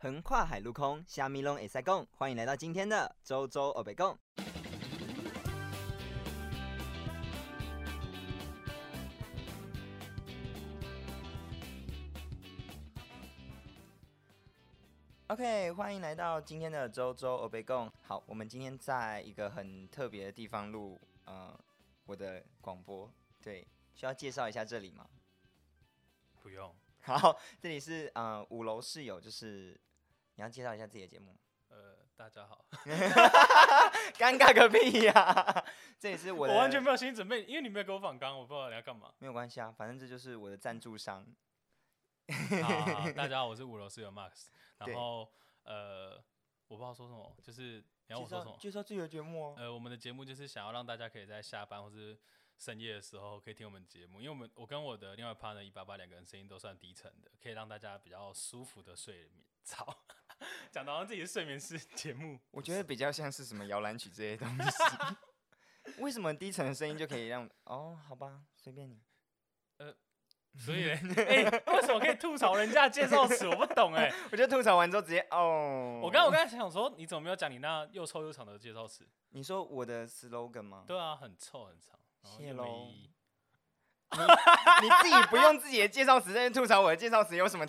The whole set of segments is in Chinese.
横跨海陆空，虾米龙也塞共。欢迎来到今天的周周欧北共。OK，欢迎来到今天的周周欧北共。好，我们今天在一个很特别的地方录，呃，我的广播。对，需要介绍一下这里吗？不用，好，这里是呃五楼室友，就是你要介绍一下自己的节目吗，呃，大家好，尴尬个屁呀、 这里是我 我的，。完全没有心理准备，因为你没有给我反纲，我不知道你要干嘛没有关系啊，反正这就是我的赞助商。 好好好大家好，我是五楼室友 Max，对然后呃，我不知道说什么，就是你要我说什么？介绍自己的节目哦。呃，我们的节目就是想要让大家可以在下班或是深夜的时候可以听我们节目，因为我们我跟我的另外 partner 一八八两个人声音都算低沉的，可以让大家比较舒服的睡眠。操， 讲到好像自己是睡眠式节目，我觉得比较像是什么摇篮曲这些东西。 为什么低沉的声音就可以让？哦，好吧，随便你。所以嘞， 哎、为什么可以吐槽人家的介绍词？我不懂哎、 我觉得吐槽完之后直接哦。我刚我刚才想说，你怎么没有讲你那又臭又长的介绍词？你说我的 slogan 吗？对啊，很臭很长，然后谢又喽没意义。 你自己不用自己的介绍词在那吐槽我的介绍词有什么？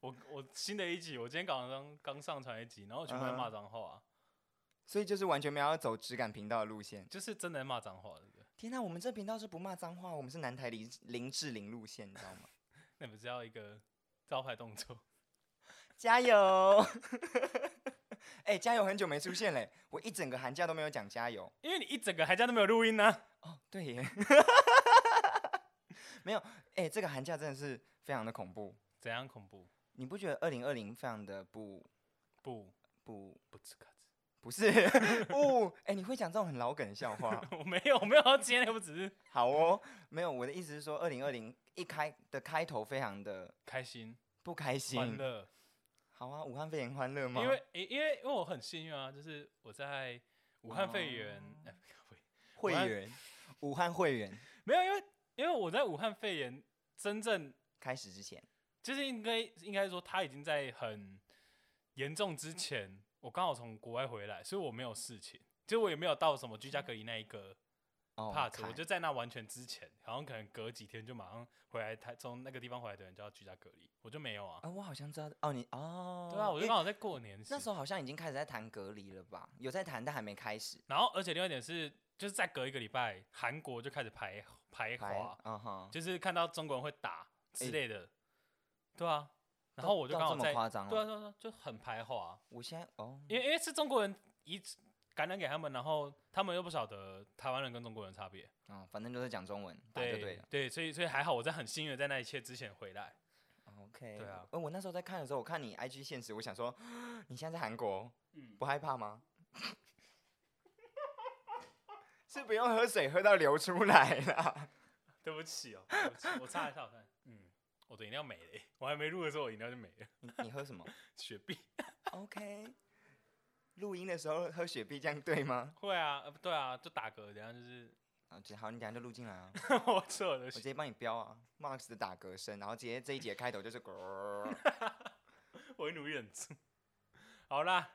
我我新的一集，我今天刚刚刚上传一集，然后我全部在嗯哼骂脏话、啊， 所以就是完全没有要走质感频道的路线。就是真的在骂脏话，对不对？天呐，我们这频道是不骂脏话，我们是南台林林志玲路线，你知道吗？那不是要一个招牌动作？ 加油！ 哎、加油很久没出现嘞，我一整个寒假都没有讲加油。因为你一整个寒假都没有录音呢、哦，对耶， 没有，哎、这个寒假真的是非常的恐怖，怎样恐怖？你不觉得二零二零非常的不不不不吃卡子， 不是不？哎、你会讲这种很老梗的笑话？ 我没有我没有要接那个，我只是好哦，没有，我的意思是说，二零二零一开的开头非常的开心不开欢心。乐，好啊，武汉肺炎欢乐吗？因为因因为因为我很幸运啊，就是我在武汉肺哦炎， 哎、喂会武汉员，武汉会员没有，因为因为我在武汉肺炎真正开始之前，就是应该应该说他已经在很严重之前，我刚好从国外回来，所以我没有事情，就我也没有到什么居家隔离那一个哦， part，、我看就在那完全之前，好像可能隔几天就马上回来，台从那个地方回来的人就要居家隔离，我就没有啊。啊，我好像知道哦，你哦，对啊，我因就为刚好在过年时那时候好像已经开始在谈隔离了吧？有在谈，但还没开始。然后而且另外一点是，就是再隔一个礼拜，韩国就开始排排来华，，嗯哼，就是看到中国人会打之诶类的，对啊。然到后我就到刚好这在么，夸张、哦，对啊，对啊，对啊就很排华、我现在哦，因为因为是中国人移植感染给他们，然后他们又不晓得台湾人跟中国人差别，哦，反正就是讲中文，打就对啊对了。所以所以还好我在很幸运地在那一切之前回来， OK，对啊呃我那时候在看的时候，我看你 IG 现实，我想说，你现在在韩国，嗯，不害怕吗？ 是不用喝水喝到流出来啦。对不起哦，对不起我擦一下，我擦一下，嗯，我的饮料没了欸，我还没录的时候我饮料就没了，你你喝什么雪碧？OK，录音的时候喝雪碧这样对吗？会啊，呃对啊，就打嗝，等一下就是啊，这好，你等一下就录进来啊。 我错了我，直接帮你标啊，Max 的打嗝声，然后直接这一节开头就是， 我会努力忍住，好啦。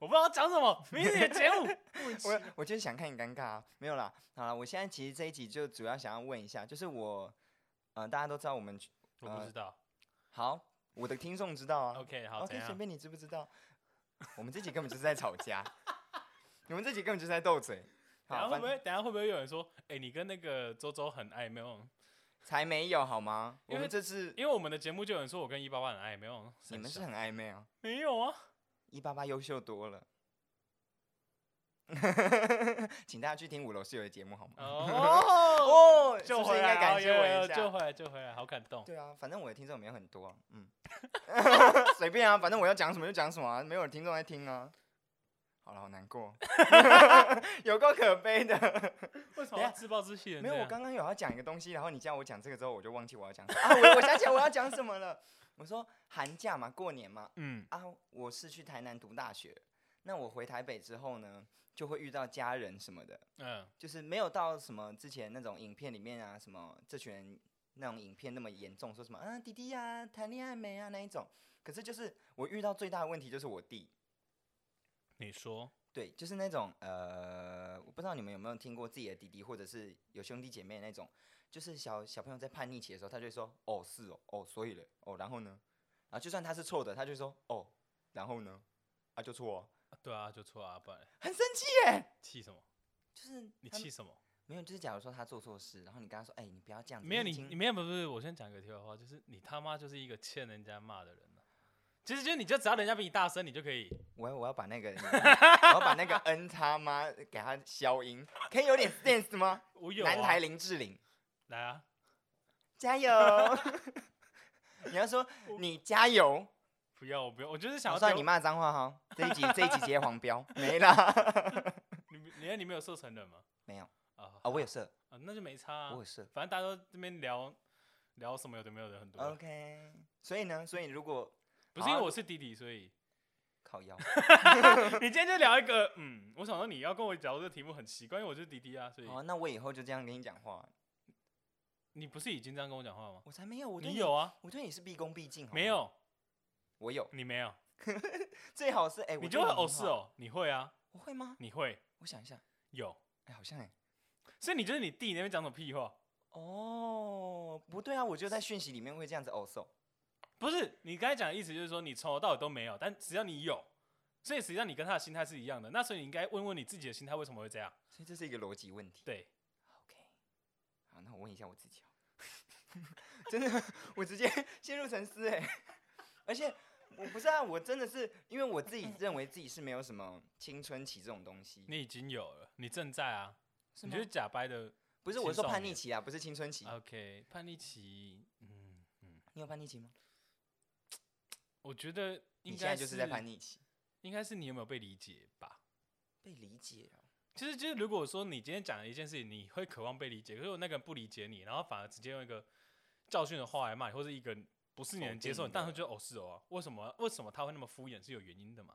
我不知道讲什么，明天的节目莫名其我妙，我就是想看你尴尬、啊，没有啦，好啦，我现在其实这一集就主要想要问一下，就是我，呃，大家都知道我们去 我不知道。好，我的听众知道啊 OK，好，哦怎随样？便你知不知道，我们这集根本就是在吵架， 你们这集根本就是在斗嘴，等下好，会反不会？等下会不会有人说，哎、你跟那个周周很暧昧哦？才没有好吗？我因为们这次因为我们的节目就有人说我跟一八八很暧昧哦。你们是三小很暧昧啊，没有 啊？一八八优秀多 了。 请大家去听五楼室友的节目好吗？哦，哦，救 是不是回应该来感了，谢我有一有下。救回来，救回来，好感动。 对啊，反正我的听众没有很多啊、嗯， 随便啊，反正我要讲什么就讲什么啊，没有听众在听啊。好了，好难 过，有够可悲的。为什么等要下自暴自弃人没这有，样？我刚刚有要讲一个东西，然后你叫我讲这个之后，我就忘记我要讲什么啊，我我想起来我要讲什么了。我说寒假嘛，过年嘛，嗯，啊，我是去台南读大学，那我回台北之后呢，就会遇到家人什么的，嗯就是没有到什么之前那种影片里面啊，什么这群人那种影片那么严重，说什么啊弟弟呀、谈恋爱没啊那一种。可是就是我遇到最大的问题就是我弟，你说，对，就是那种呃，我不知道你们有没有听过自己的弟弟或者是有兄弟姐妹那种，就是小小朋友在叛逆期的时候，他就会说哦是哦哦所以嘞哦然后呢，然后就算他是错的，他就说哦然后呢啊就错、啊，啊对啊，就错啊，不然嘞很生气耶，气什么？就是你他气什么？没有，就是假如说他做错事，然后你跟他说哎、你不要这样子，没有你你已经你没有不是不是，我先讲个题外话，就是你他妈就是一个欠人家骂的人啊其实就是你就只要人家比你大声，你就可以我要我要把那个， 我要把那个 N 他妈给他消音，可以有点 sense 吗？我有、啊、南台林志玲，来啊，加油！ 你要说你加油，不要我不要，我就是想我要算哦丢你骂脏话 哈。这一集这一集直接黄标，没啦，你没你你没有射成人吗？没有啊啊，我有射，啊，那就没差、啊我有，射。反正大家都这边聊聊什么有的没有的很多，嗯 OK，所以呢，所以如果不是因好为啊我是弟弟，所以靠腰，啊 你今天就聊一个，嗯，我想说你要跟我聊这个题目很奇怪，因为我就是弟弟啊，所以哦，那我以后就这样跟你讲话，你不是已经这样跟我讲话吗？我才没有，我对你有，啊？我对你是毕恭毕敬，好吗没，有，我有，你没有，最好是哎，我你对就会很哦是好，哦，你会啊，我会吗？你会我想一下，有，哎，好像哎。所以你就是你弟那边讲什么屁话？哦，不对啊，我就在讯息里面会这样子哦，so，不是，你刚才讲的意思就是说你从头到尾都没有，但只要你有，所以实际上你跟他的心态是一样的。那所以你应该问问你自己的心态为什么会这样。所以这是一个逻辑问题。对， OK，好，那我问一下我自己哦， 真的，我直接陷入沉思哎，而且我不是啊，我真的是因为我自己认为自己是没有什么青春期这种东西，你已经有了，你正在啊，是你吗就是假掰的。不是我说青少叛逆年期啊，不是青春期， OK，叛逆期，嗯嗯，你有叛逆期吗？我觉得你应现在该就是在叛，逆期，应该是你有没有被理解吧？被理解哦，其实就是如果说你今天讲了一件事情，你会渴望被理解，可是如果那个人不理解你，然后反而直接用一个教训的话来骂你，或者一个不是你能接否定受，的你当然会觉得哦是哦、啊，为什么为什么他会那么敷衍是有原因的嘛？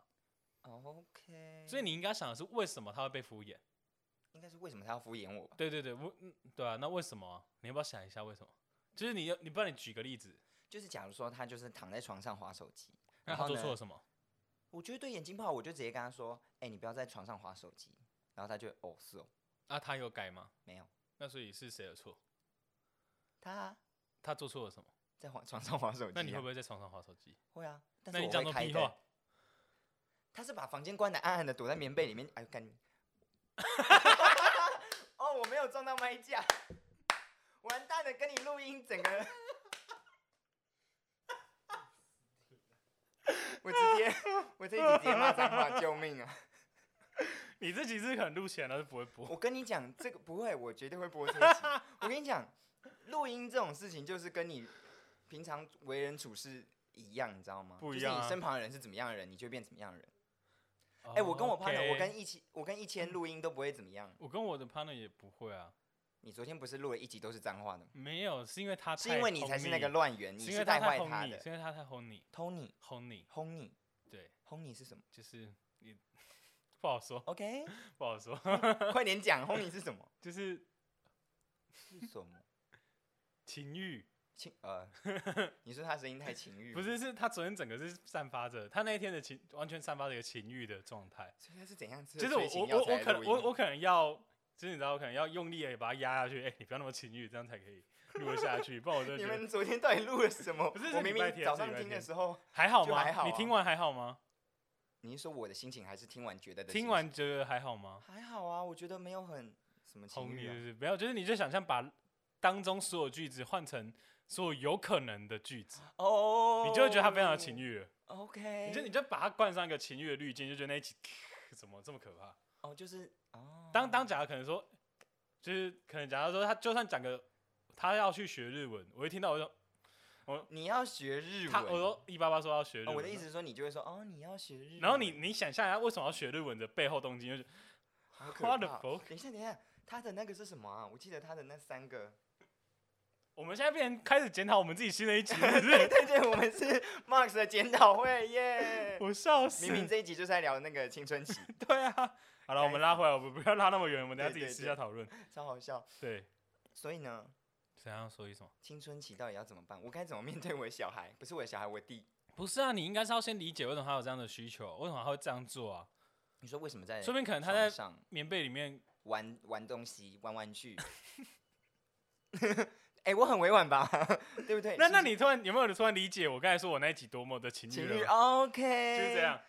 OK，所以你应该想的是为什么他会被敷衍？应该是为什么他要敷衍我吧？对对对，我嗯对啊，那为什么啊、你要不要想一下为什么？就是你要你帮你举个例子，就是假如说他就是躺在床上划手机，那然他后做呢错了什么？我觉得对眼睛不好，我就直接跟他说：“哎、你不要在床上划手机。”然后他就哦是哦，啊，他有改吗？没有，那所以是谁的错？他他做错了什么？在划床上划手机啊、那你会不会会在床上划手机？会啊？但那是你我讲会什么开屁灯话。？ 他是把房间关的暗暗的，躲在棉被里面。哎呦，干你！ 哦，我没有撞到麦架，完蛋了，跟你录音整个。 我直接，我这一集直接骂脏话，救命啊！你自己是很露钱了，是不会播。我跟你讲，这个不会，我绝对会播这 一集。我跟你讲，录音这种事情就是跟你平常为人处事一样，你知道吗？不一就样是啊你身旁的人是怎么样的人，你就会变怎么样的人。哎 哎、我跟我 partner，我 OK 跟一起，我跟一千录音都不会怎么样。我跟我的 partner 也不会啊，你昨天不是录了一集都是脏话的吗？没有，是因为他是因为你才是那个乱，乱源，你是因为带他坏太他哄你，的是。因为他太哄你，轰你，哄你，轰你，对，轰你是什么就是你不好说， ？OK，不好说， 快点讲，轰你是什么？就是是什么？情欲。情呃，你说他声音太情欲，不？是，是他昨天整个是散发着，他那一天的情完全散发着一个情欲的状态。所以他是怎样吃就了是我睡醒我药我才我来可录能音？我我可能要，就是你知道，我可能要用力的把它压下去。哎、你不要那么情欲，这样才可以录得下去。不然我就你觉得们昨天到底录了什么？ 不是是我明礼拜明天早是礼上拜听的天时候，还好就吗？还好你啊听完还好吗？你是说我的心情还是听完觉得的心情？听完觉得还好吗？还好啊，我觉得没有很什么情红欲、你啊就。是没有，就是你就想象把当中所有句子换成所有有可能的句子，哦哎你就会觉得它非常的情。欲了。 OK，你就你就把它冠上一个情欲的滤镜，就觉得那一集怎么这么可怕？哦，就是哦，当当假如可能说，就是可能假如说他就算讲个他要去学日文，我一听到我就你要学日他文，我说一八八说要学日哦文，我的意思，是说你就会说哦，你要学日文，然后你你想象一下为什么要学日文的背后动机，就是好可 what the 怕 fuck？等一下，等一下，他的那个是什么啊？我记得他的那三个， 我们现在变成开始检讨我们自己新的一集，是不是 对对，我们是 Max 的检讨会耶。 我笑死，明明这一集就是在聊那个青春期，对啊。好了，我们拉回来，我们不要拉那么远，我们等下对自己对私下讨论。超好笑。对，所以呢，怎样？所以什么？青春期到底要怎么办？我该怎么面对我的小孩？不是我的小孩，我弟。不是啊，你应该是要先理解为什么他有这样的需求，为什么他会这样做啊？你说为什么在说不定可能他床在上棉被里面，玩玩东西、玩玩具？ 哎、我很委婉吧， 对不对？那是不那是你突然有没有突然理解我刚才说我那一集多么的情情侣侣了吗？ OK，就是这 样，，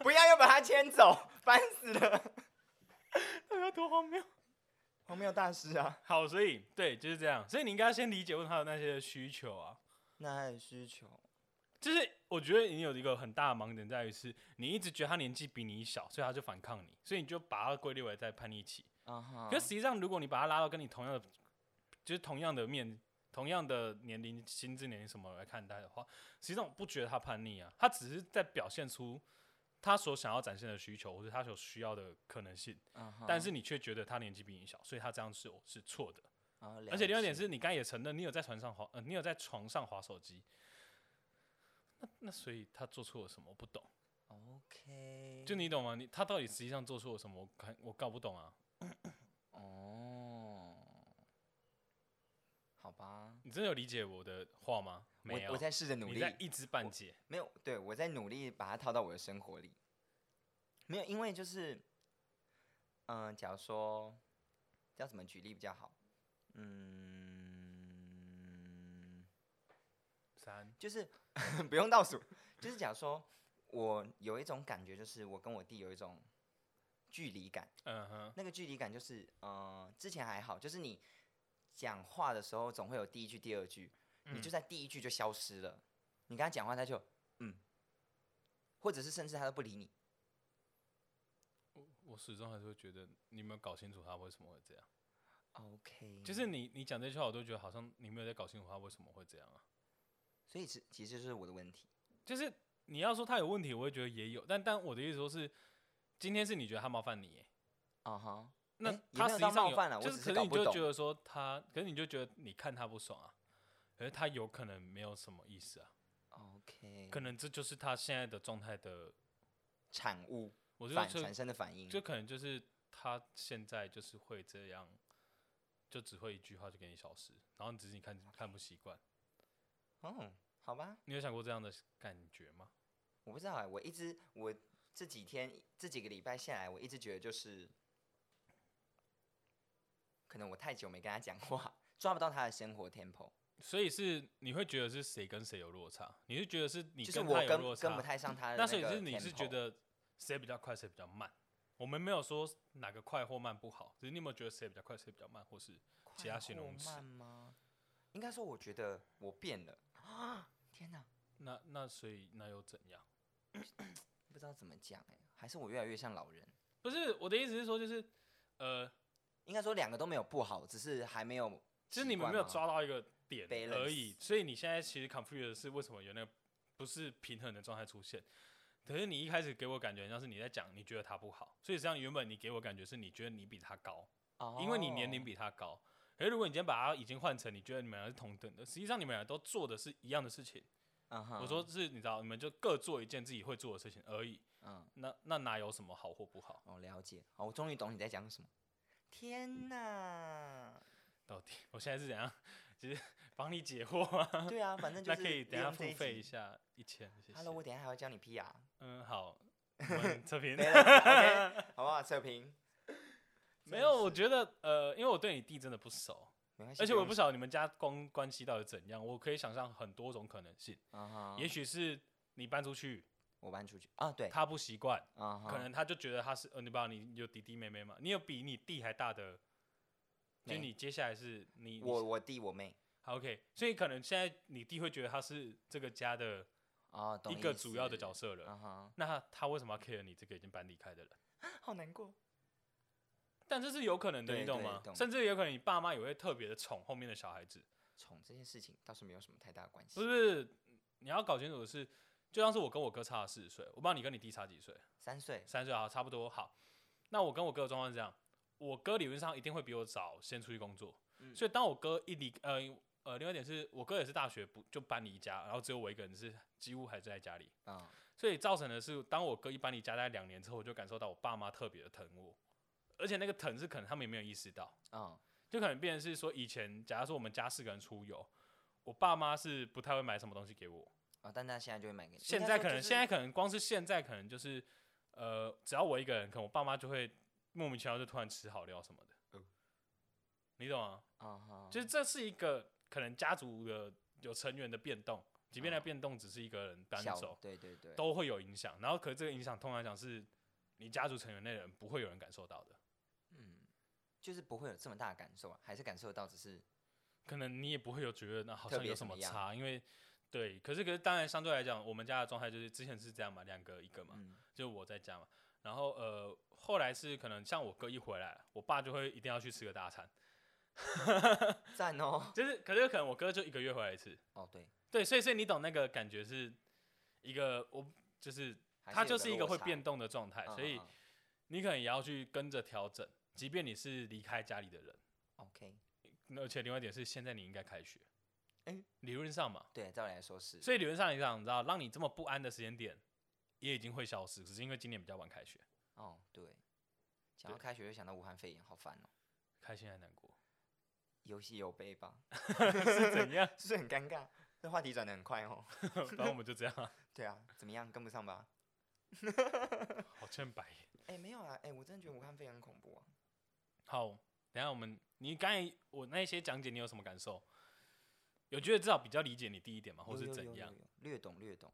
不要又把他牵走，烦死了。哎呀，多荒谬！荒谬大师啊，好，所以对，就是这样，所以你应该先理解问他的那些需求啊。那他的需求，就是我觉得你有一个很大的盲点在于是，你一直觉得他年纪比你小，所以他就反抗你，所以你就把他归类为在叛逆期。啊哈可实际上，如果你把他拉到跟你同样的，就是同样的面、同样的年龄、心智年龄什么来看待的话，实际上我不觉得他叛逆啊，他只是在表现出他所想要展现的需求或者他所需要的可能性，啊哈但是你却觉得他年纪比你小，所以他这样是是错的。啊而且另外一了点，是你刚才也承认，你有在船上滑，呃，你有在床上滑手机。那那所以他做错了什么？我不懂，解 OK，就你懂吗？你他到底实际上做错了什么？我看我搞不懂啊！哦，好吧，你真的有理解我的话吗？没有，我我在试着努你力，在一知半解。没有，对我在努力把它套到我的生活里。没有，因为就是，嗯、假如说要怎么举例比较好？嗯，三，就是 不用倒数，就是假如说我有一种感觉，就是我跟我弟有一种距离感。嗯哼，那个距离感就是，呃，之前还好，就是你讲话的时候总会有第一句、第二句，你嗯就在第一句就消失了。你跟他讲话，他就嗯，或者是甚至他都不理你。我始终还是会觉得你有没有搞清楚他为什么会这样。 OK，就是你你讲这句话，我都觉得好像你没有在搞清楚他为什么会这样啊。所以其其实就是我的问题。就是你要说他有问题，我会觉得也有，但但我的意思说是，今天是你觉得他冒犯你耶、嗯啊哈，那诶也他没有实际到上冒有犯啊啦我就是只是可搞你不就懂觉得说他，可是你就觉得你看他不爽啊，可是他有可能没有什么意思啊， OK，可能这就是他现在的状态的，产物我就反就产生的反应。就可能就是他现在就是会这样，就只会一句话就给你消失，然后你只是你看看不习惯，嗯，好吧，你有想过这样的感觉吗？我不知道哎、我一直我这几天这几个礼拜下来，我一直觉得就是，可能我太久没跟他讲话，抓不到他的生活 tempo，所以是你会觉得是谁跟谁有落差，你是觉得是你就是跟我他有跟落跟差不，太上他的那个 tempo。所以是你是觉得谁比较快，谁比较慢？我们没有说哪个快或慢不好，只是你有没有觉得谁比较快，谁比较慢，或是其快他形或容词慢吗？应该说，我觉得我变了啊！天哪，那那所以那又怎样？不知道怎么讲哎、还是我越来越像老人。不是我的意思是说，就是呃，应该说两个都没有不好，只是还没有。就是你们没有抓到一个点 Balance 而已，所以你现在其实 confused 的是为什么有那个不是平衡的状态出现。可是你一开始给我感觉像是你在讲，你觉得他不好，所以实际上原本你给我感觉是你觉得你比他高，哦，因为你年龄比他高。可是如果你今天把他已经换成你觉得你们俩是同等的，实际上你们俩都做的是一样的事情。嗯哼，我说是，你知道，你们就各做一件自己会做的事情而已。嗯，那那哪有什么好或不好？哦，了解，好，我终于懂你在讲什么。天哪！到底我现在是怎样？就是帮你解惑啊。对啊，反正就那是可以等一下利用这付费集。一下一千，谢谢。 Hello，我等一下还要教你 PR， 嗯，好，我们测 评没了，OK，好不好？测评。没有，我真觉得呃，因为我对你弟真的不熟，是没关系，而且我不是，晓得你们家公关系到底怎样，我可以想象很多种可能性，嗯哼也许是你搬出去，我搬出去啊，对，他不习惯，啊哈，可能他就觉得他是呃，你不知道你有弟弟妹妹嘛，你有比你弟还大的，就没你接下来是你你我我弟我妹好 OK，所以可能现在你弟会觉得他是这个家的啊，懂一个主要的角色，色了，嗯哼，那他他为什么要 care 你这个已经搬离开的人？好难过，但这是有可能的，对你懂对吗？懂甚至有可能你爸妈也会特别的宠后面的小孩子，宠这件事情倒是没有什么太大的关系，不是？你要搞清楚的是，就像是我跟我哥差了四十岁，我不知道你跟你弟差几岁，三岁，三岁好，差不多好。那我跟我哥的状况是这样，我哥理论上一定会比我早先出去工作，嗯所以当我哥一离呃呃，另外一点是我哥也是大学不就搬离家，然后只有我一个人是几乎还是在家里，啊，所以造成的是，当我哥一搬离家大概两年之后，我就感受到我爸妈特别的疼我，而且那个疼是可能他们也没有意识到。嗯，就可能变成是说，以前假如说我们家四个人出游，我爸妈是不太会买什么东西给我，啊、但他现在就会买给你。现应该说在可就能是现在可能光是现在可能就是，呃，只要我一个人，可能我爸妈就会莫名其妙就突然吃好料什么的，嗯你懂吗？啊哈，就是这是一个可能家族的有成员的变动，即便那嗯变动只是一个人搬小走，对对对，都会有影响。然后可是这个影响通常来讲是你家族成员内的人不会有人感受到的，嗯，就是不会有这么大的感受啊，还是感受得到，只是可能你也不会有觉得那好特像别有怎什么么样差，因为对，可是可是当然相对来讲，我们家的状态就是之前是这样嘛，两个一个嘛，嗯就我在家嘛。然后呃，后来是可能像我哥一回来，我爸就会一定要去吃个大餐，赞哦。就是可是可能我哥就一个月回来一次，哦对，对，所以所以你懂那个感觉是一个我就是还它有就是一个落会差变，动的状态，嗯所以嗯嗯你可能也要去跟着调整，即便你是离开家里的人，嗯 OK，那而且另外一点是现在你应该开学，哎理论上嘛，对，照理来说是，所以理论上来讲，你知道让你这么不安的时间点也已经会消失，只是因为今年比较晚开学，哦对，想要对开学就想到武汉肺炎，好烦哦，开心还难 过有喜有悲吧，是怎样？是不是很尴尬？这话题转的很快哦。反正我们就这样 啊，对啊，怎么样跟不上吧？好欠白眼。哎、没有啊，哎、我真的觉得武汉肺炎很恐怖啊。好，等一下我们你刚才我那一些讲解，你有什么感受？有觉得至少比较理解你第一点吗，或有哦是有怎有样有？嗯有略懂略懂，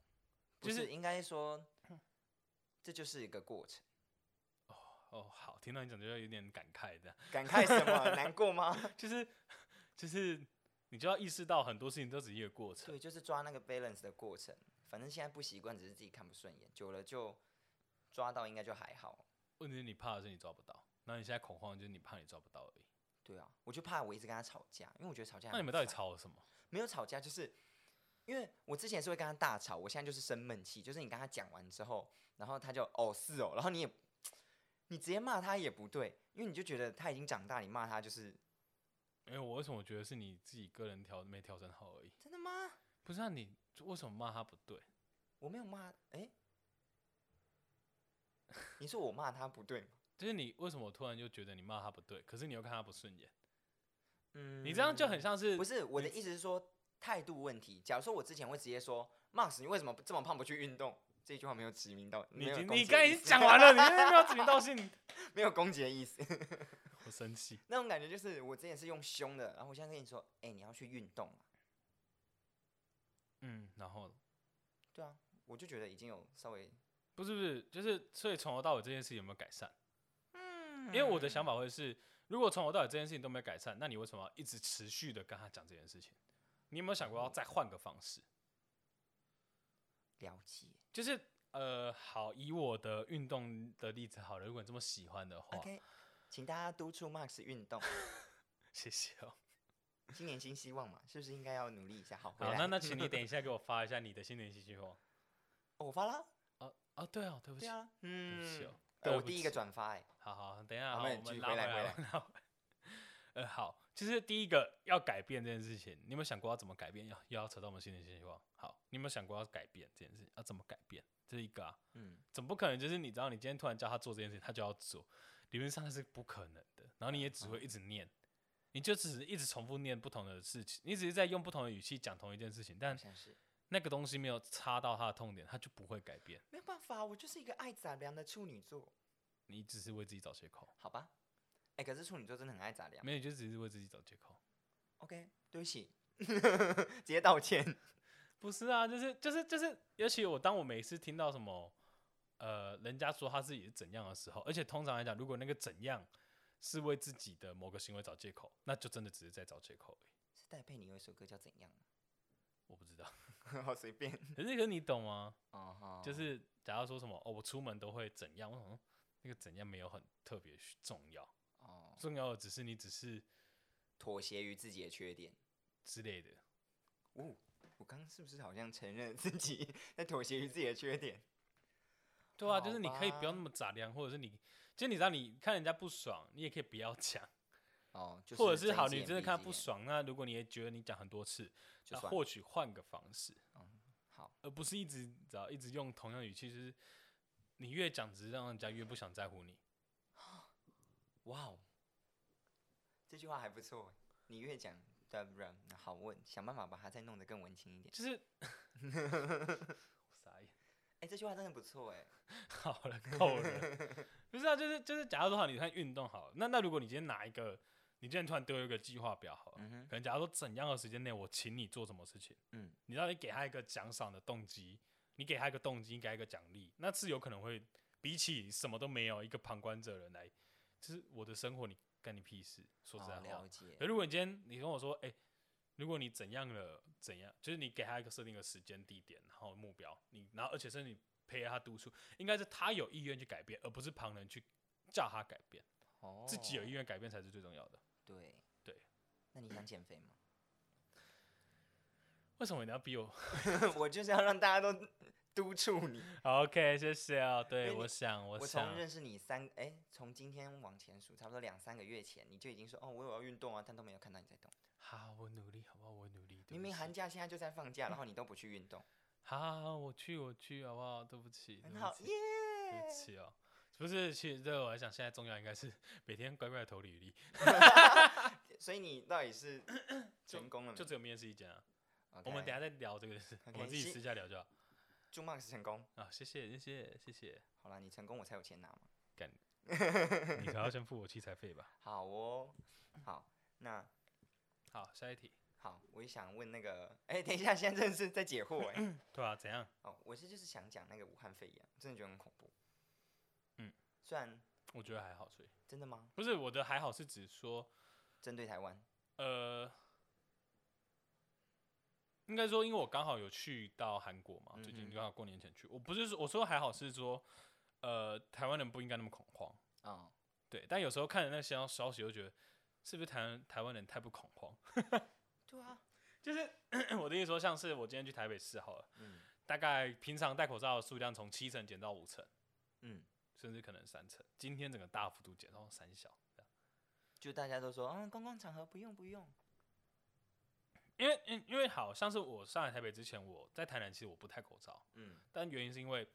就就是是应该说，这就是一个过程。哦，好，听到你讲就有点感慨的， 感慨什么？难过 吗？就是就是你就要意识到很多事情都只是一个过程。对，就是抓那个 balance 的过程。反正现在不习惯，只是自己看不顺眼，久了就抓到，应该就还好。问题是你怕的是你抓不到，那你现在恐慌就是你怕你抓不到而已。对啊，我就怕我一直跟他吵架，因为我觉得吵架。那你们到底？吵了什么？没有吵架，就是因为我之前是会跟他大吵，我现在就是生闷气，就是你跟他讲完之后，然后他就哦是哦，然后你也你直接骂他也不对，因为你就觉得他已经长大，你骂他就是因为我为什么觉得是你自己个人调没调整好而已？真的吗？不是啊，你为什么骂他不对？我没有骂，哎、 你说我骂他不对吗？就是你为什么突然就觉得你骂他不对，可是你又看他不顺眼？嗯你这样就很像是不是我的意思是说态度问题。假如说我之前会直接说 Max，你为什么不这么胖不去运动？这句话没有指名到，你没已有经攻你击刚的才意已经思讲完了， 你为什么要指名道姓？没有攻击的意思。我生气，那种感觉就是我之前是用凶的，然后我现在跟你说，哎、你要去运动啊嗯，然后对啊，我就觉得已经有稍微，不是不是，就是所以从头到尾这件事有没有改善？嗯，因为我的想法会是，如果从头到尾这件事情都没有改善，那你为什么要一直持续的跟他讲这件事情？你有没有想过要再换个方式？了解。就是呃，好，以我的运动的例子好了，如果你这么喜欢的话 OK，请大家督促 Max 运动， 谢谢哦。新年新希望嘛，是不是应该要努力一下？好，回好，来那 那请你等一下给我发一下你的新年新希望。哦我发了，哦 哦，对哦，对不起，对啊，对嗯不起哦，，哎对我不第一起个转发哎，好好，等一下，好好，那你我继们续拉回来回回来。拉回来 呃，好，就是第一个要改变这件事情，你有没有想过要怎么改变？要又要扯到我们新年新希望。哦好，你有没有想过要改变这件事情？要怎么改变？这是一个啊，嗯，总不可能就是你知道，你今天突然叫他做这件事情，他就要做，理论上是不可能的。然后你也只嗯会一直念，你就只是一直重复念不同的事情，你只是在用不同的语气讲同一件事情，好但像是那个东西没有插到他的痛点，他就不会改变。没有办法，啊我就是一个爱杂粮的处女座，你只是为自己找借口，好吧？哎，可是处女座真的很爱杂粮。没有，你就只是为自己找借口。 OK，对不起， 直接道歉。不是啊，就是就是就是，尤其我当我每次听到什么，呃，人家说他自己是怎样的时候，而且通常来讲，如果那个怎样是为自己的某个行为找借口，那就真的只是在找借口而已。是戴佩妮有一首歌叫《怎样我不知道，》， 好随便。可是可是你懂吗？哦哈，就是假如说什么哦，我出门都会怎样，我想说那个怎样没有很特别重要，哦，重要的只是你只是妥协于自己的缺点。之类的。哦，我刚刚是不是好像承认自己 在妥协于自己的缺点？对啊，就好是你可以不要那吧么杂粮，或者是你，就是你知道你看人家不爽，你也可以不要讲。哦， 就或者是睁一好，只你眼真的闭一只看他不眼，爽，那如果你也觉得你讲很多次，就那算或许换个方式，嗯，好，而不是一直只要一直用同样语气，就是你越讲，只是让人家越不想在乎你。哇哦，这句话还不错欸，你越讲，对不然好问，想办法把它再弄得更文青一点。就是 傻眼，哎、这句话真的不错哎，好了，够了。不是啊，就是就是，假如说好，你看运动好了，那那如果你今天拿一个，你今天突然丢一个计划表好了，嗯哼，可能假如说怎样的时间内我请你做什么事情，嗯，你到底给他一个奖赏的动机，你给他一个动机，你给他一个奖励，那是有可能会比起什么都没有一个旁观者的人来，就是我的生活你干你屁事，说实好在话哦了。解 可。如果你今天你跟我说，哎、如果你怎样了怎样，就是你给他一个设定的时间、地点，然后目标，你然后而且是你陪他督促，应该是他有意愿去改变，而不是旁人去叫他改变，哦，自己有意愿改变才是最重要的。对对。那你想减肥吗？ 为什么你要逼我我就是要让大家都督促你。好？OK，谢谢哦。对，因为你我想，我从想，认识你三，哎、从今天往前数，差不多两三个月前，你就已经说哦，我有要运动啊，但都没有看到你在动。好，我努力，好不好？我努力。对明不明起寒假现在就在放假，然后你都不去运动，好好，好我去，我去，好不好？对不起， 对很不好起耶。对不起哦，不是，其实对我来讲，现在重要应该是 每天乖乖的投履历，所以你到底 是成功了没？就只有面试一间啊。 OK 我们等一下再聊这个事，我们 OK，自己希私下聊就好。祝 Max 成功。啊，谢谢，谢谢，谢谢。好了，你成功我才有钱拿嘛。你才要先付我器材费 吧？好哦，好，那好，下一题。好，我也想问那个，哎、等一下，现在真的是在解惑哎、 对啊，怎样？哦，我是就是想讲那个武汉肺炎，真的觉得很恐怖。嗯，虽然我觉得还好，所以真的吗？不是我的还好是指说，针对台湾，呃，应该说，因为我刚好有去到韩国嘛，最嗯近哼刚好过年前去。我不是说我说还好是说，呃，台湾人不应该那么恐慌，哦，对。但有时候看着那些消息，又觉得是不是台湾台湾人太不恐慌？ 对啊，就是 我的意思说，像是我今天去台北市好了。嗯大概平常戴口罩的数量从七成减到五成，嗯，甚至可能三成。今天整个大幅度减到三小，这样就大家都说，嗯，公共场合不用不用，因为因因为好像是我上来台北之前，我在台南其实我不戴口罩，嗯，但原因是因为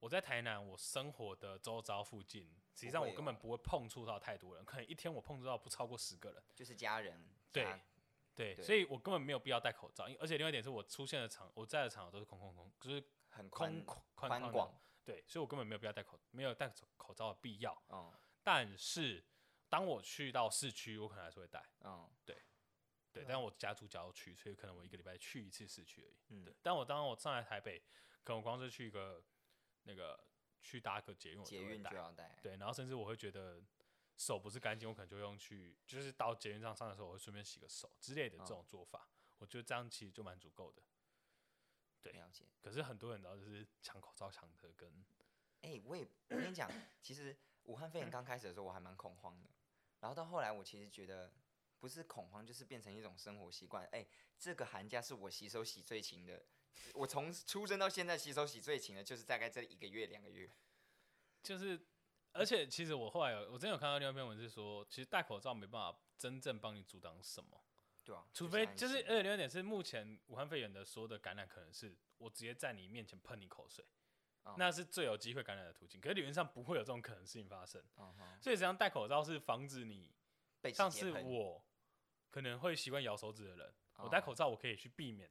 我在台南，我生活的周遭附近，实际上不会我根本不会碰触到太多人，可能一天我碰触到不超过十个人。就是家人，对家对，对所以我根本没有必要戴口罩，因而且另外一点是我出现的场，我在的场合都是空空空，就是很空宽空宽宽的广，，对，所以我根本没有必要戴口，没有戴口罩的必要。哦但是当我去到市区，我可能还是会带。哦，对，对啊但我家住郊区，所以可能我一个礼拜去一次市区而已。嗯对，但我当我上来台北，可能我光是去一个那个去搭个捷运，我捷就会运带就。要带，对，然后甚至我会觉得手不是干净，我可能就用去，就是到捷运站上的时候，我会顺便洗个手之类的这嗯种做法，我觉得这样其实就蛮足够的。对了解。可是很多人然后就是抢口罩抢的跟哎、我也我跟你讲， 其实武汉嗯肺炎刚开始的时候，我还蛮恐慌的。然后到后来，我其实觉得不是恐慌，就是变成一种生活习惯。哎、这个寒假是我洗手洗最勤的，我从出生到现在洗手洗最勤的，就是大概这一个月两个月。就是，而且其实我后来有，我真的有看到另外一篇文是说，其实戴口罩没办法真正帮你阻挡什么，对啊，除非安就是，呃心而且另外一点是，目前武汉肺炎的所有的感染可能是我直接在你面前喷你口水，哦那是最有机会感染的途径。可是理论上不会有这种可能性发生，嗯哼所以实际上戴口罩是防止你，被像直接是喷我可能会习惯咬手指的人，我戴哦口罩我可以去避免，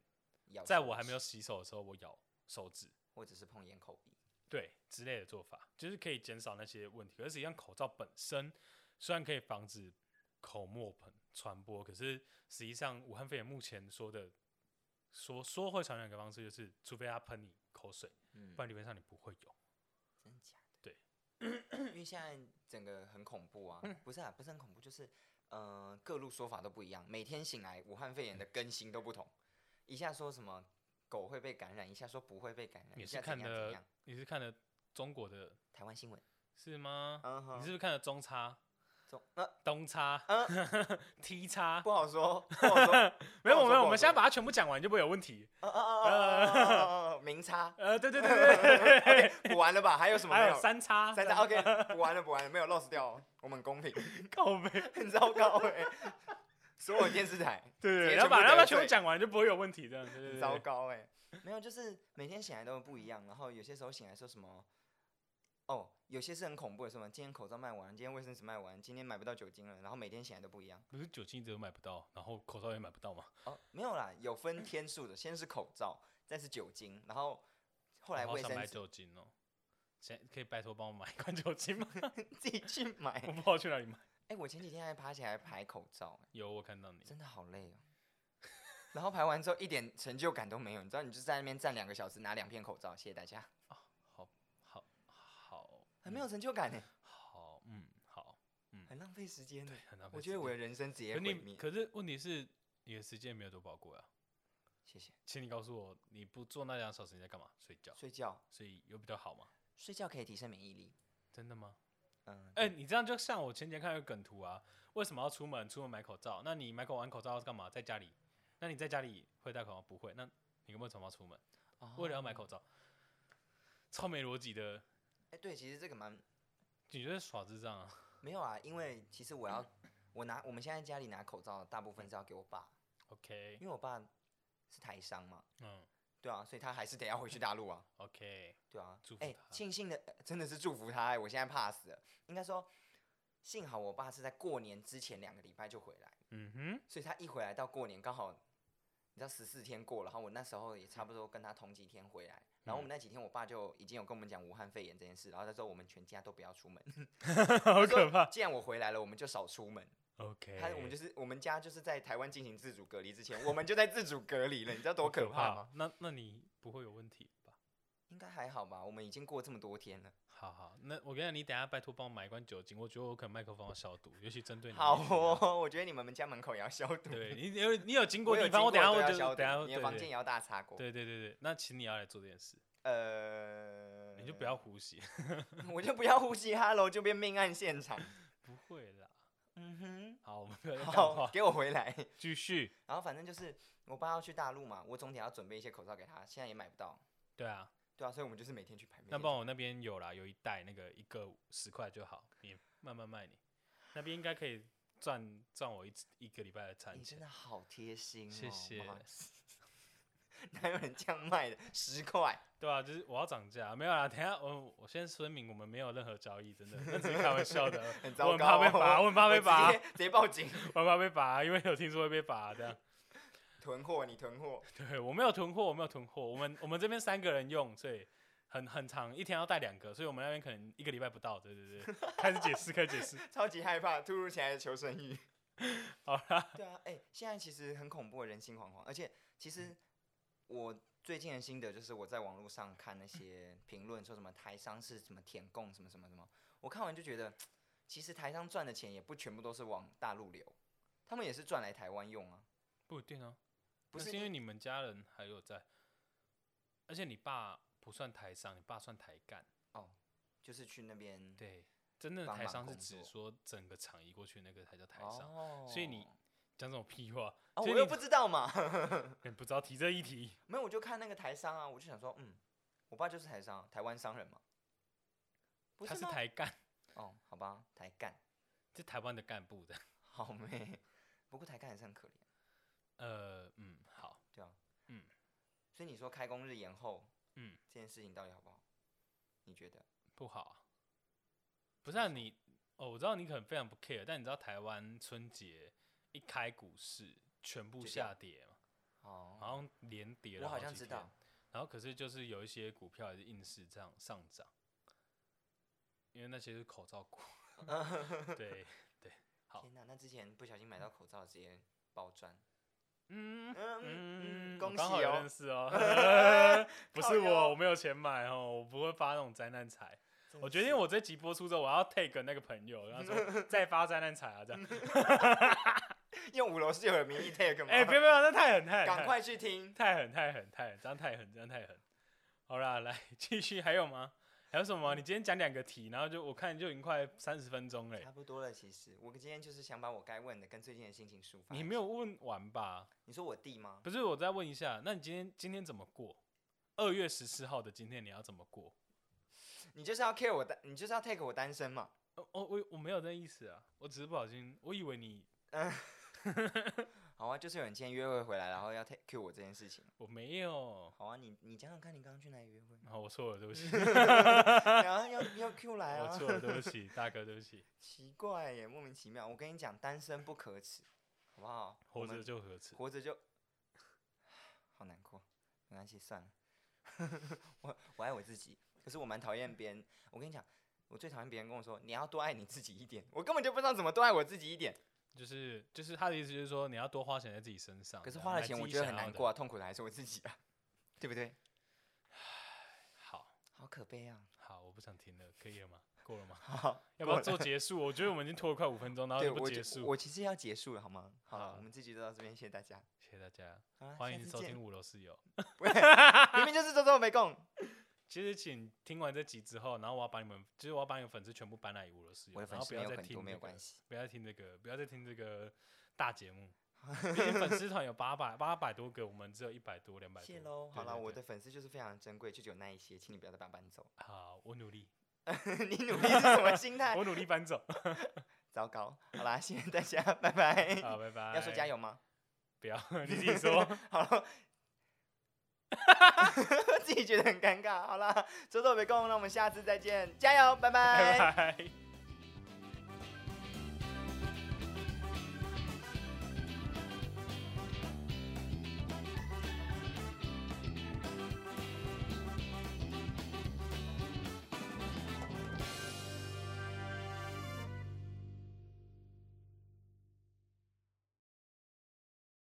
咬在手我还没有指洗手的时候我咬手指。或者是碰眼口鼻，对之类的做法，就是可以减少那些问题。可是实际上，口罩本身虽然可以防止口沫喷传播，可是实际上武汉肺炎目前说的说说会传染的方式，就是除非他喷你口水，嗯不，然理论上你不会有。真的假的？对，因为现在整个很恐怖啊，不是啊，不是很恐怖，就是呃，各路说法都不一样，每天醒来武汉肺炎的更新都不同，一下说什么狗会被感染，一下说不会被感染，你一是下看怎样怎的样，你是看的中国的台湾新闻，是吗？嗯你哼，是不是看了中差、中呃东差、T 差？嗯不好说，不好说，没有，不好说没有，我不好们现在说把它全部讲完就不会有问 题。呃呃呃呃呃呃呃呃，明差呃，对对对 对对，补完了吧？还有什么 还没有三差，三叉 OK，补完了补完了，没有 lost 掉哦，我们很公平，靠背。很糟糕哎、所有电视台。 对直对，接然全后部把得然后把全部罪讲完就不会有问题，这样对对对。欸糟糕哎、没有，就是每天醒来都不一样，然后有些时候醒来说什么，哦，有些是很恐怖的，什么今天口罩卖完，今天卫生纸卖完，今天买不到酒精了，然后每天醒来都不一样。不是酒精一直都买不到，然后口罩也买不到嘛。哦，没有啦，有分天数的，先是口罩，再是酒精，然后后来我好卫想买生纸，酒精哦，现在可以拜托帮我买一罐酒 精吗？自己去买。我哎、不知道去哪里买。我前几天还爬起来排口罩、哎有，我看到你。真的好累哦。然后排完之后一点成就感都没有，你知道，你就在那边站两个小时，拿两片口罩，谢谢大家，好，好，好，很嗯没有成就感呢、好，嗯，好，很浪费时间的对。，很浪嗯费我觉得时我的间人生直接可毁你灭。可是问题是你的时间没有多宝贵啊，谢谢。请你告诉我，你不做那两小时你在干嘛？睡觉，睡觉，所以有比较好吗？睡觉可以提升免疫力。真的吗？嗯，哎、你这样就像我前几天看一个梗图啊，为什么要出门？出门买口罩？那你买口完口罩要干嘛？在家里？那你在家里会戴口罩？不会？那你有没有什么要出门？哦为了要买口罩， 超没逻辑的，哎、对，其实这个蛮你就是耍智障啊！没有啊，因为其实我要嗯我拿我们现在家里拿口罩，大部分是要给我爸， OK，因为我爸是台商嘛，嗯对啊，所以他还是得要回去大陆啊， ，OK，对啊祝，福哎、他庆幸的呃真的是祝福他、哎我现在怕死了，应该说。幸好我爸是在过年之前两个礼拜就回来，嗯哼， 所以他一回来到过年刚好，你知道十四天过了，然后我那时候也差嗯不多跟他同几天回来，然后我们那几天我爸就已经有跟我们讲武汉肺炎这件事，然后他说我们全家都不要出门，他好说可怕。哎既然我回来了，我们就少出门。OK，他我们就是我们家就是在台湾进行自主隔离之前，我们就在自主隔离了，你知道多可怕吗？？那那你不会有问题吧？应该还好吧，我们已经过这么多天了。好好，那我跟你讲，你等一下拜托帮我买一罐酒精，我觉得我可能麦克风要消毒，尤其针对你。啊好。哦，我觉得你们家门口也要消毒，对你有你有经过我的有地经方，过我等一下都我要就消等一下毒，对你的房对间也要大擦过。对对对对，那请你要来做这件事，呃，你就不要，呼吸， 我就不要呼吸哈喽，就变命案现场。 不会啦。嗯哼，好，我们不要再干好，话，给我回来。继续。然后反正就是我爸要去大陆嘛，我总得要准备一些口罩给他，现在也买不到。对啊，对啊，所以我们就是每天去排。每那天去帮我那边有啦，有一袋那个一个十块就好，你慢慢卖你，那边应该可以赚赚我一次一个礼拜的餐你真钱。的好贴 心哦，谢谢妈哪有人这样卖的？十块，，对啊，就是我要涨价，没有啦，等一下我我先声明，我们没有任何交易，真的，那只是开玩笑的很 我糟很糕、怕哦。被罚，我很怕被直 罚，接直接报警。我很怕被罚，因为有听说会被罚这样。囤货，你囤货，对我没有囤货，我没有囤货，我们我们这边三个人用，所以很很长，一天要带两个，所以我们那边可能一个礼拜不到，对对对，开始解释，开始解释，超级害怕，突如其来的求生欲。 好啦，对啊，哎、现在其实很恐怖，人心惶惶。而且其实嗯我最近的心得就是，我在网络上看那些评论，说什么台商是什么舔共什么什么什么，我看完就觉得，其实台商赚的钱也不全部都是往大陆流，他们也是赚来台湾用啊。不一定哦，不那是因为一你们家人还有在，而且你爸不算台商，你爸算台干，就是去那边对，真正的嗯帮台忙商是工指作说整个厂移过去那个才叫台商，哦，所以你讲这种屁话，啊，所以我又你不知道嘛， 你不知道提这一题，没有，我就看那个台商啊，我就想说，嗯，我爸就是台商，啊台湾商人嘛，不他是吗？台干，哦，好吧，台干， 是台湾的干部的，好妹，不过台干也是很可怜，呃，嗯，好，所以你说开工日延后嗯。这件事情到底好不好？你觉得？不好、啊。不是啊，你哦，我知道你可能非常不 care，但你知道台湾春节一开股市全部就这样下跌嘛，哦，好像连跌了我好几像知天道。然后可是就是有一些股票还是硬是这样上涨，因为那些是口罩 股。对，好天哪，那之前不小心买到口罩直接爆赚，嗯嗯嗯，嗯，恭我喜刚好有哦认！识哦，不靠是我，腰我没有钱买哦，我不会发那种灾难财。真我决定是我这集播出之后，我要 take 那个朋友，然后 说再发灾难彩啊，这样。用五楼室友的名义 tag 吗？ 哎、别别别，那太狠太狠，赶快去听。太狠太狠太狠，这样太狠这样太狠。好啦，来继续，还有吗？ 还有什嗯么？你今天讲两个题，然后就我看就已经快三十分钟嘞、差不多了，其实我今天就是想把我该问的跟最近的心情抒发。你没有？问完吧？你说我弟吗？不是，我再问一下，那你今天今天怎么过？二月十四号的今天你要怎么过？你就是要 care 我单，你就是要 take 我单身嘛？哦哦，我我没有这意思啊，我只是不小心，我以为你好啊，就是有人今天约会回来，然后要 take cue 我这件事情。我没有。好啊，你你讲讲看，你刚刚去哪里约 会？然后我错了，对 不起，然后要要 cue 来我啊， 错了，对不起，大哥，对不起，奇怪耶，莫名其妙。我跟你讲，单身不可耻，好不好？我活着们就可耻。活着就好难过，没关系，算了。 我我爱我自己，可是我蛮讨厌别人。我跟你讲，我最讨厌别人跟我说你要多爱你自己一点，我根本就不知道怎么多爱我自己一点。就是就是他的意思就是说，你要多花钱在自己身上。可是这样花了买钱，自我己觉得想很要难的过啊，痛苦的还是我自己啊， 对不对？好好可悲啊！好，我不想听了，可以了吗？够了吗？好， 要不要够做结束？我觉得我们已经拖了快五分钟，然后对就不我结觉束。我其实要结束了，好吗？好了，好我们这集就到这边，谢谢大家。谢谢大家，好啦啊欢下迎次收见听五楼室友。 明明就是周周没空。其实，请听完这集之后，然后我要把你们，就是我要把你们粉丝全部搬来五楼室友，我的然粉后丝不没有要再很听多，没那有个关，系。不要再听这个，不要再听这个大 节目。毕竟粉丝团有八百八百多个，我们只有一百多两百多。谢喽，对好了，对我对的粉丝就是非常珍贵，就只有那一些，请你不要再把它搬走。 好，我努力，你努力是什么心 态？我努力搬走。糟糕，好啦，谢谢大家， 拜拜。好，拜拜。要说加，油吗？不要你自己说。 好了，自己觉得很尴尬。好啦，周周没空，那我们下次再见，加油，拜拜拜。